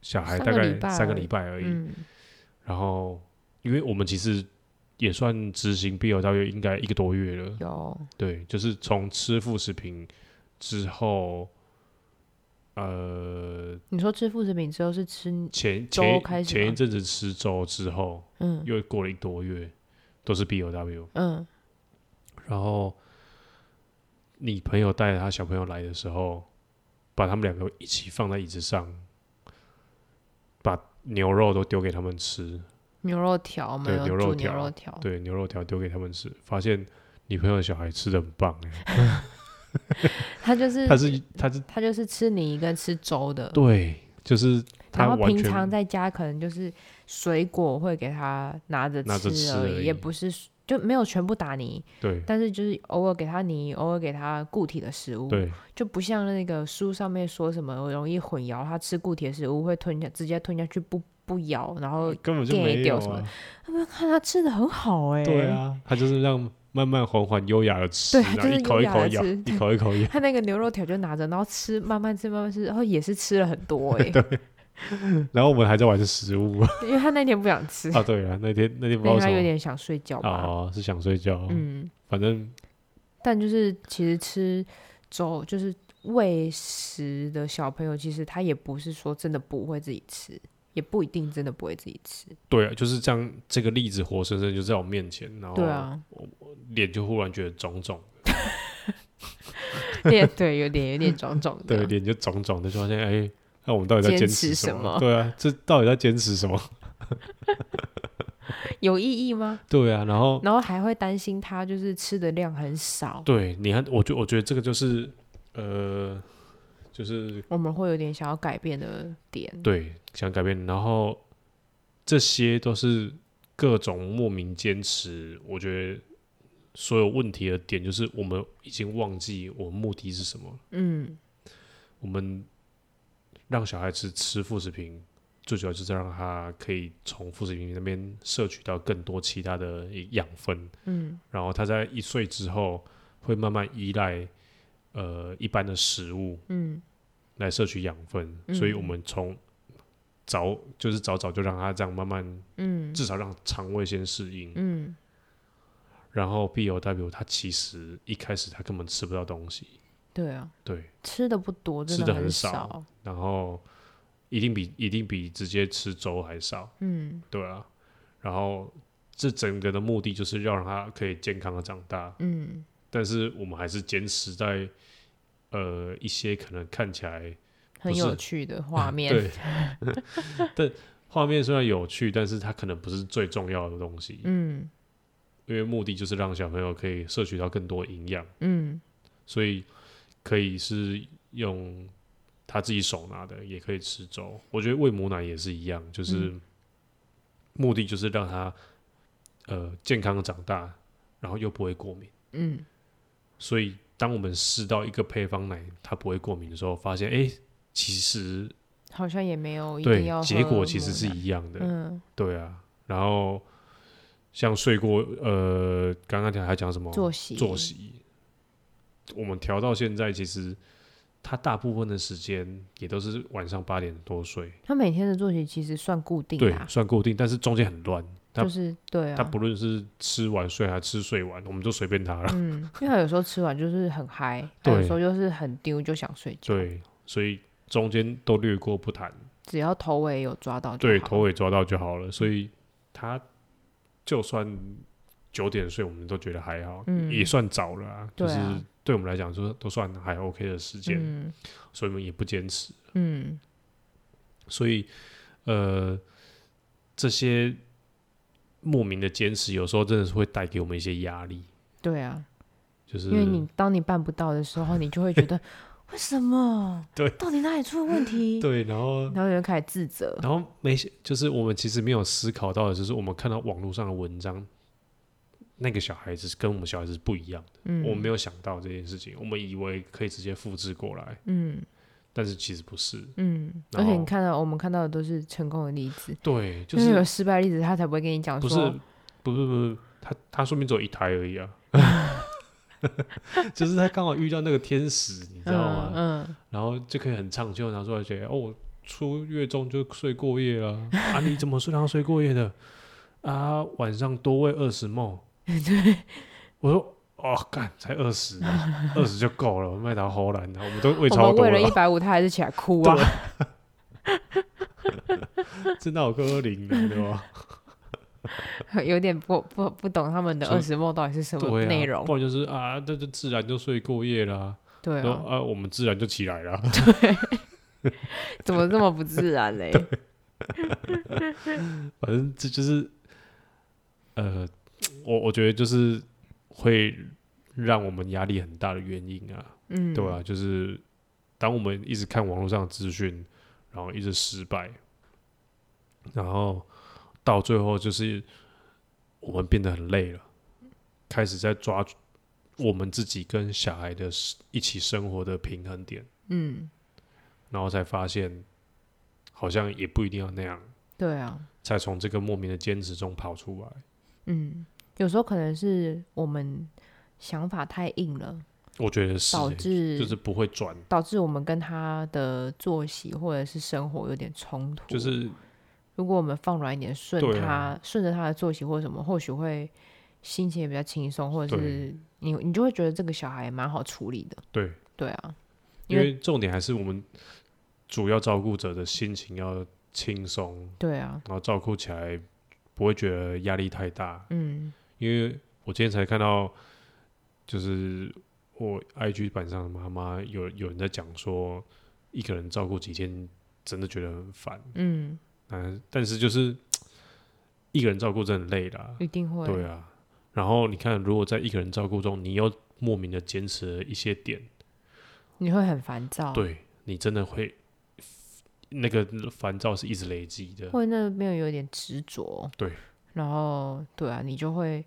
Speaker 1: 小孩
Speaker 2: 三
Speaker 1: 大
Speaker 2: 个礼
Speaker 1: 概
Speaker 2: 拜
Speaker 1: 三个
Speaker 2: 而已
Speaker 1: 礼拜而已，
Speaker 2: 嗯
Speaker 1: 然后因为我们其实也算执行 B L W 应该一个多月了，
Speaker 2: 有
Speaker 1: 对，就是从吃副食品之后，呃，
Speaker 2: 你说吃副食品之后是吃
Speaker 1: 前
Speaker 2: 粥
Speaker 1: 前
Speaker 2: 开
Speaker 1: 一
Speaker 2: 始
Speaker 1: 前一
Speaker 2: 吗
Speaker 1: 阵子吃粥之后，
Speaker 2: 嗯
Speaker 1: 又过了一多月，都是 B O W。
Speaker 2: 嗯
Speaker 1: 然后你朋友带他小朋友来的时候，把他们两个一起放在椅子上，把牛肉都丢给他们吃，
Speaker 2: 牛肉条嘛，
Speaker 1: 对
Speaker 2: 有
Speaker 1: 牛肉
Speaker 2: 煮
Speaker 1: 条
Speaker 2: 牛肉条，
Speaker 1: 对，牛肉条丢给他们吃，发现你朋友的小孩吃的很棒欸，
Speaker 2: 他就是呃
Speaker 1: 他是他是
Speaker 2: 他就是吃泥跟吃粥的，
Speaker 1: 对，就是
Speaker 2: 然
Speaker 1: 他
Speaker 2: 后
Speaker 1: 完
Speaker 2: 平
Speaker 1: 全
Speaker 2: 常在家可能就是水果会给他拿着
Speaker 1: 拿着吃
Speaker 2: 而
Speaker 1: 而
Speaker 2: 已，
Speaker 1: 已
Speaker 2: 也不是就没有全部打泥，
Speaker 1: 对
Speaker 2: 但是就是偶尔给他泥，偶尔给他固体的食物，
Speaker 1: 对
Speaker 2: 就不像那个书上面说什么容易混淆，他吃固体的食物会吞下，直接吞下去不不咬，然后
Speaker 1: 根本就没有
Speaker 2: 给丢什么
Speaker 1: 啊，
Speaker 2: 看他吃的很好哎、
Speaker 1: 对，啊，他就是让慢慢缓缓优雅的吃，
Speaker 2: 对
Speaker 1: 然
Speaker 2: 他
Speaker 1: 后
Speaker 2: 就是
Speaker 1: 一口一
Speaker 2: 优雅
Speaker 1: 口
Speaker 2: 地
Speaker 1: 咬，
Speaker 2: 吃
Speaker 1: 一口一口 咬，
Speaker 2: 他那个牛肉条就拿着，然后吃慢慢吃慢慢吃，然后也是吃了很 多哎、
Speaker 1: 然后我们还在玩食物 啊，
Speaker 2: 因为他那天不想 吃，
Speaker 1: 对啊，那天那天不知
Speaker 2: 那
Speaker 1: 道
Speaker 2: 天
Speaker 1: 什
Speaker 2: 他有
Speaker 1: 么，
Speaker 2: 点想睡觉吧，
Speaker 1: 哦，是想睡觉，
Speaker 2: 嗯，
Speaker 1: 反正
Speaker 2: 但就是其实吃粥就是喂食的小朋友，其实他也不是说真的不会自己吃，也不一定真的不会自己吃，
Speaker 1: 对啊，就是这样，这个例子活生生就在我面前，然后
Speaker 2: 对啊，
Speaker 1: 脸就忽然觉得肿肿，
Speaker 2: 也对，有点有点肿肿的，
Speaker 1: 对，脸就肿肿的，就发现哎，那我们到底在
Speaker 2: 啊坚
Speaker 1: 坚
Speaker 2: 持
Speaker 1: 持
Speaker 2: 什么
Speaker 1: 对啊，这到底在坚持什么？
Speaker 2: 有意义吗？
Speaker 1: 对啊，然后
Speaker 2: 然后还会担心他就是吃的量很少，
Speaker 1: 对，你看，我觉我觉得这个就是呃，就是
Speaker 2: 我们会有点想要改变的点。
Speaker 1: 对，想改变，然后这些都是各种莫名坚持。我觉得所有问题的点就是我们已经忘记我们目的是什么了。
Speaker 2: 嗯，
Speaker 1: 我们让小孩子吃副食品，最主要就是让他可以从副食品那边摄取到更多其他的养分。
Speaker 2: 嗯，
Speaker 1: 然后他在一岁之后会慢慢依赖呃一般的食物，
Speaker 2: 嗯，
Speaker 1: 来摄取养分，
Speaker 2: 嗯
Speaker 1: 所以我们从早就是早早就让他这样慢慢，
Speaker 2: 嗯
Speaker 1: 至少让肠胃先适应，
Speaker 2: 嗯，
Speaker 1: 然后 B O W 它其实一开始它根本吃不到东西，
Speaker 2: 对啊，
Speaker 1: 对，
Speaker 2: 吃的不多，真
Speaker 1: 吃得很
Speaker 2: 很
Speaker 1: 少然后一定比一定比直接吃粥还少，
Speaker 2: 嗯
Speaker 1: 对啊，然后这整个的目的就是要让他可以健康的长大，
Speaker 2: 嗯，
Speaker 1: 但是我们还是坚持在呃一些可能看起来
Speaker 2: 很
Speaker 1: 不是
Speaker 2: 有 趣的画面。
Speaker 1: 对， 但画面虽然有趣，但是它可能不是最重要的东西，
Speaker 2: 嗯
Speaker 1: 因为目的就是让小朋友可以摄取到更多营养，
Speaker 2: 嗯
Speaker 1: 所以可以是用他自己手拿的，也可以吃粥。我觉得喂母奶也是一样，就是
Speaker 2: 嗯
Speaker 1: 目的就是让他呃健康的长大，然后又不会过敏。
Speaker 2: 嗯，
Speaker 1: 所以当我们试到一个配方奶它不会过敏的时候，发现哎、诶其实
Speaker 2: 好像也没有一定
Speaker 1: 对
Speaker 2: 要
Speaker 1: 结
Speaker 2: 喝
Speaker 1: 果其实
Speaker 2: 母
Speaker 1: 是
Speaker 2: 奶
Speaker 1: 一样的。
Speaker 2: 嗯，
Speaker 1: 对啊，然后像睡过，呃，刚刚讲还讲什么
Speaker 2: 作息
Speaker 1: 作息，我们调到现在，其实他大部分的时间也都是晚上八点多睡，
Speaker 2: 他每天的作息其实算固定
Speaker 1: 对
Speaker 2: 的，啊，
Speaker 1: 算固定，但是中间很乱。他
Speaker 2: 就是对
Speaker 1: 他
Speaker 2: 啊，
Speaker 1: 不论是吃完睡还是吃睡完，我们就随便他了。
Speaker 2: 嗯，因为他有时候吃完就是很嗨，他
Speaker 1: 对
Speaker 2: 啊有时候就是很丢，就想睡觉。
Speaker 1: 对，所以中间都略过不谈。
Speaker 2: 只要头尾有抓到就
Speaker 1: 对
Speaker 2: 好
Speaker 1: 头尾抓到就好了。所以他就算九点睡，我们都觉得还好，
Speaker 2: 嗯
Speaker 1: 也算早了啊，
Speaker 2: 对
Speaker 1: 就是
Speaker 2: 啊
Speaker 1: 对我们来讲说都算还 OK 的时间，
Speaker 2: 嗯
Speaker 1: 所以我们也不坚持。
Speaker 2: 嗯
Speaker 1: 所以呃，这些莫名的坚持，有时候真的是会带给我们一些压力，
Speaker 2: 对啊，
Speaker 1: 就是
Speaker 2: 因为你当你办不到的时候，你就会 觉得为什么？
Speaker 1: 对
Speaker 2: 到底哪里出了问 题？
Speaker 1: 对，然后
Speaker 2: 然后你就开始自责。
Speaker 1: 然后没想，就是我们其实没有思考到的，就是我们看到网络上的文章，那个小孩子跟我们小孩子是不一样的，
Speaker 2: 嗯，
Speaker 1: 我们没有想到这件事情，我们以为可以直接复制过来，
Speaker 2: 嗯
Speaker 1: 但是其实不是。
Speaker 2: 嗯，
Speaker 1: 然
Speaker 2: 而且
Speaker 1: 后
Speaker 2: 你看到我们看到的都是成功的例子，
Speaker 1: 对，就
Speaker 2: 因为有
Speaker 1: 是
Speaker 2: 失败例子，他才不会跟你讲
Speaker 1: 不
Speaker 2: 说，
Speaker 1: 是不是不是，他他说明只有一台而已啊， 就是他刚好遇到那个天使，你知道吗？
Speaker 2: 嗯嗯，
Speaker 1: 然后就可以很畅就拿出来觉得哦，我出月中就睡过夜了 啊，你怎么睡到睡过夜的啊？晚上多喂二十梦， 对，我说哦，干才二十，啊 二十就够了，我麦到荷兰的，我们都喂
Speaker 2: 我
Speaker 1: 超
Speaker 2: 们
Speaker 1: 多
Speaker 2: 为了一百五，他还是起来哭啊
Speaker 1: 对， 真的有个二零的，啊对吧？
Speaker 2: 有点不不不懂他们的
Speaker 1: 就
Speaker 2: 二十梦到底是 什么
Speaker 1: 对啊，
Speaker 2: 内容，
Speaker 1: 不然就是啊，那就自然就睡过夜啦、
Speaker 2: 对
Speaker 1: 然后
Speaker 2: 啊，
Speaker 1: 啊，我们自然就起来了。
Speaker 2: 怎么这么不自然 嘞？
Speaker 1: 反正这就是，呃，我我觉得就是会让我们压力很大的原因啊，
Speaker 2: 嗯，
Speaker 1: 对啊，就是当我们一直看网络上的资讯，然后一直失败，然后到最后就是我们变得很累了，开始在抓我们自己跟小孩的一起生活的平衡点，
Speaker 2: 嗯，
Speaker 1: 然后才发现好像也不一定要那样，
Speaker 2: 对啊，
Speaker 1: 才从这个莫名的坚持中跑出来。
Speaker 2: 嗯，有时候可能是我们想法太硬了，
Speaker 1: 我觉得是欸、
Speaker 2: 导致
Speaker 1: 就是不会转，
Speaker 2: 导致我们跟他的作息或者是生活有点冲突。
Speaker 1: 就是
Speaker 2: 如果我们放软一点，顺
Speaker 1: 对
Speaker 2: 他、
Speaker 1: 啊
Speaker 2: 顺着他的作息或者什么，或许会心情也比较轻松，或者是你你就会觉得这个小孩蛮好处理的。
Speaker 1: 对，
Speaker 2: 对啊，
Speaker 1: 因
Speaker 2: 因为
Speaker 1: 为重点还是我们主要照顾者的心情要轻松，
Speaker 2: 对啊，
Speaker 1: 然后照顾起来不会觉得压力太大。
Speaker 2: 嗯
Speaker 1: 因为我今天才看到，就是我 IG 版上的妈妈有有人在讲说，一个人照顾几天真的觉得很烦，
Speaker 2: 嗯，
Speaker 1: 嗯，但是就是一个人照顾真的很累啦，
Speaker 2: 一定会。
Speaker 1: 对啊，然后你看，如果在一个人照顾中，你又莫名的坚持了一些点，
Speaker 2: 你会很烦躁，，
Speaker 1: 对你真的会那个烦躁是一直累积的。
Speaker 2: 会那边有点执着，
Speaker 1: 对，
Speaker 2: 然后对啊，你就会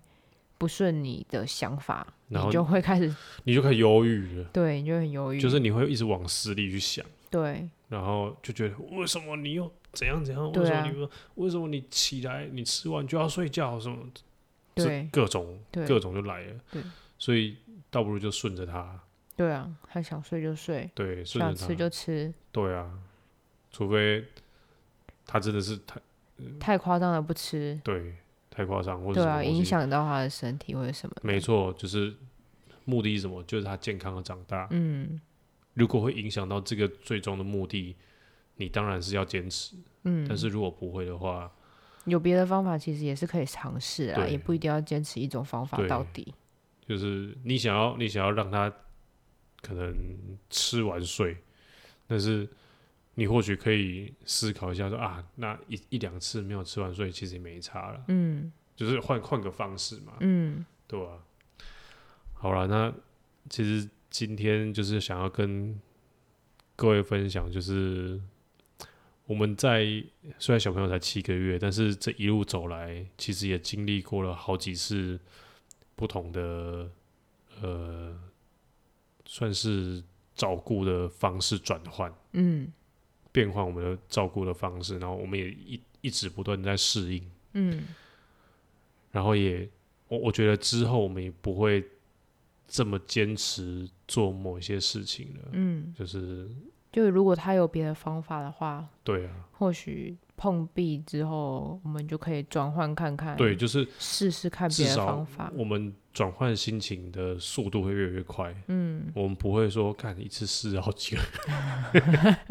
Speaker 2: 不顺你的想法，
Speaker 1: 然后
Speaker 2: 你就会开始
Speaker 1: 你就开始忧郁了，
Speaker 2: 对，你就很犹豫，
Speaker 1: 就是你会一直往死里去想，
Speaker 2: 对，
Speaker 1: 然后就觉得为什么你又怎样怎样，为
Speaker 2: 对
Speaker 1: 什
Speaker 2: 啊
Speaker 1: 么你又为什么你起来你吃完就要睡觉什么，这
Speaker 2: 对，
Speaker 1: 各种
Speaker 2: 对
Speaker 1: 各种就来了
Speaker 2: 对，
Speaker 1: 所以倒不如就顺着他，
Speaker 2: 对啊，他想睡就睡，
Speaker 1: 对，顺
Speaker 2: 想
Speaker 1: 着
Speaker 2: 吃
Speaker 1: 他，
Speaker 2: 就吃，
Speaker 1: 对啊，除非他真的是太
Speaker 2: 太夸张了不吃，
Speaker 1: 对太夸张，或者
Speaker 2: 对
Speaker 1: 什么
Speaker 2: 啊，
Speaker 1: 东
Speaker 2: 影
Speaker 1: 西
Speaker 2: 响到他的身体或者什么的，
Speaker 1: 没错，就是目的是什么？就是他健康的长大。
Speaker 2: 嗯
Speaker 1: 如果会影响到这个最终的目的，你当然是要坚持。
Speaker 2: 嗯，
Speaker 1: 但是如果不会的话，
Speaker 2: 有别的方法其实也是可以尝试啊，
Speaker 1: 对
Speaker 2: 也不一定要坚持一种方法
Speaker 1: 对
Speaker 2: 到底，
Speaker 1: 就是你想要你想要让他可能吃完睡，但是你或许可以思考一下说啊，那一一两次没有吃完睡，其实也没差了，
Speaker 2: 嗯
Speaker 1: 就是换换个方式嘛，
Speaker 2: 嗯
Speaker 1: 对吧、好了，那其实今天就是想要跟各位分享，就是我们在虽然小朋友才七个月，但是这一路走来，其实也经历过了好几次不同的呃，算是照顾的方式转换，
Speaker 2: 嗯
Speaker 1: 变换我们的照顾的方式，然后我们也一一直不断地在适应。
Speaker 2: 嗯，
Speaker 1: 然后也我我觉得之后我们也不会这么坚持做某一些事情了，
Speaker 2: 嗯，
Speaker 1: 就是
Speaker 2: 就如果他有别的方法的话，
Speaker 1: 对啊，
Speaker 2: 或许碰壁之后，我们就可以转换看看，
Speaker 1: 对，，就是
Speaker 2: 试试看
Speaker 1: 至
Speaker 2: 别的
Speaker 1: 少
Speaker 2: 方法。
Speaker 1: 我们转换心情的速度会越来越快。
Speaker 2: 嗯
Speaker 1: 我们不会说干一次试好几个，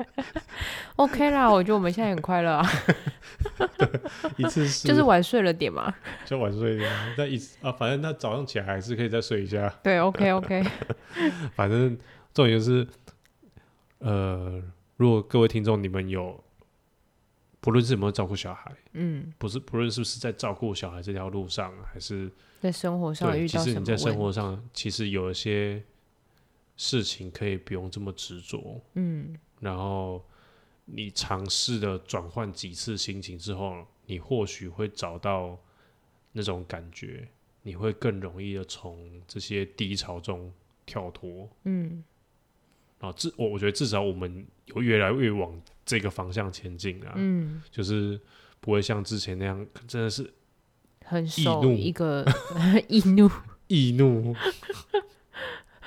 Speaker 2: ，OK 啦，我觉得我们现在很快乐啊，
Speaker 1: 一 次试
Speaker 2: 就是晚睡了点嘛。
Speaker 1: 就晚睡一点，但一次啊，反正他早上起来还是可以再睡一下。
Speaker 2: 对，OK OK，
Speaker 1: 反正重点就是，呃，如果各位听众你们有，不论是有没有照顾小孩，
Speaker 2: 嗯，
Speaker 1: 不是不论是不是在照顾小孩这条路上，还是
Speaker 2: 在生活上
Speaker 1: 对，
Speaker 2: 遇
Speaker 1: 其
Speaker 2: 到
Speaker 1: 实
Speaker 2: 什
Speaker 1: 你
Speaker 2: 么
Speaker 1: 在生
Speaker 2: 问
Speaker 1: 活上其实有一些事情可以不用这么执着，
Speaker 2: 嗯
Speaker 1: 然后你尝试的转换几次心情之后，你或许会找到那种感觉，你会更容易的从这些低潮中跳脱。
Speaker 2: 嗯，
Speaker 1: 啊，至我我觉得至少我们有越来越往这个方向前进啊，
Speaker 2: 嗯，
Speaker 1: 就是不会像之前那样，真的是
Speaker 2: 很
Speaker 1: 易
Speaker 2: 受
Speaker 1: 怒
Speaker 2: 一个易怒、
Speaker 1: 易怒、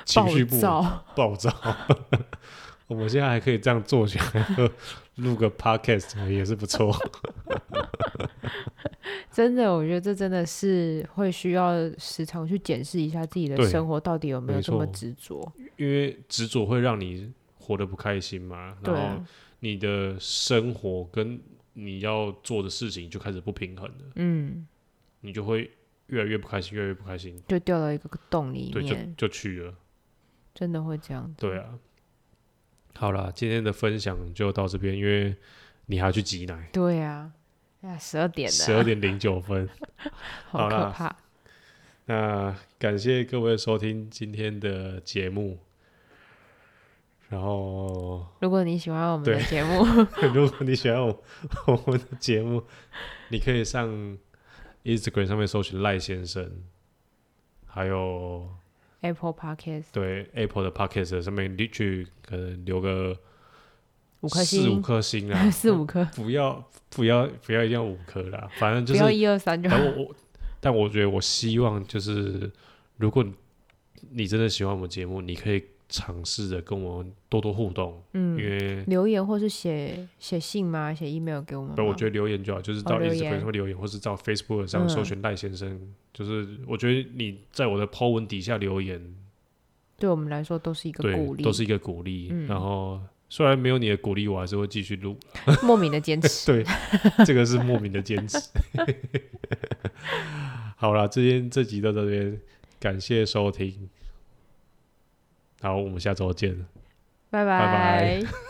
Speaker 1: 情
Speaker 2: 暴
Speaker 1: 绪不稳
Speaker 2: 躁，
Speaker 1: 暴躁。 我们现在还可以这样做下来， 录个 podcast 也是不错。
Speaker 2: 真的，我觉得这真的是会需要时常去检视一下自己的
Speaker 1: 对
Speaker 2: 生活到底有没有
Speaker 1: 没
Speaker 2: 这么
Speaker 1: 错
Speaker 2: 执着。
Speaker 1: 因为执着会让你活得不开心嘛，
Speaker 2: 对
Speaker 1: 然
Speaker 2: 啊、
Speaker 1: 后你的生活跟你要做的事情就开始不平衡了，
Speaker 2: 嗯，
Speaker 1: 你就会越来越不开心，越来越不开心，
Speaker 2: 就掉到一个洞里
Speaker 1: 对，就
Speaker 2: 面，嗯
Speaker 1: 就去了。
Speaker 2: 真的会这样。
Speaker 1: 对，啊，好啦，今天的分享就到这边，因为你还要去挤奶，
Speaker 2: 对啊，哎呀，十二点
Speaker 1: 十二
Speaker 2: 了，
Speaker 1: 点零九分。
Speaker 2: 好
Speaker 1: 好
Speaker 2: 可
Speaker 1: 啦
Speaker 2: 怕。
Speaker 1: 那感谢各位收听今天的节目，然后
Speaker 2: 如果你喜欢我们的
Speaker 1: 对
Speaker 2: 节目，
Speaker 1: 如果你喜欢我 我们的节目，你可以上 Instagram 上面搜寻赖先生，还有
Speaker 2: Apple Podcast
Speaker 1: 对 Apple 的 Pocket 上面去可能留个
Speaker 2: 五颗
Speaker 1: 四五
Speaker 2: 星，，
Speaker 1: 颗星啦
Speaker 2: 四五颗，
Speaker 1: 不要不要不要一定要五颗啦，反正就
Speaker 2: 不要
Speaker 1: 是，
Speaker 2: 一二三就好
Speaker 1: 但。我我但我觉得我希望就是，如果你你真的喜欢我们节目，你可以尝试着跟我们多多互动，因
Speaker 2: 嗯，
Speaker 1: 为
Speaker 2: 留言或是写写信吗？写 email 给我们吗？
Speaker 1: 不，我觉得留言就好，就是到
Speaker 2: 哦留
Speaker 1: Instagram
Speaker 2: 言嗯
Speaker 1: 上面留言，或是到 Facebook 上搜寻赖先生，就是我觉得你在我的 po 文底下留言，
Speaker 2: 对我们来说都是一个
Speaker 1: 对，
Speaker 2: 鼓励，
Speaker 1: 都是一个鼓励。
Speaker 2: 嗯
Speaker 1: 然后虽然没有你的鼓励，我还是会继续录，
Speaker 2: 莫名的坚持。
Speaker 1: 对，这个是莫名的坚持。 好啦，今天这集到这边，感谢收听。好，我们下周见。
Speaker 2: 拜
Speaker 1: 拜
Speaker 2: 拜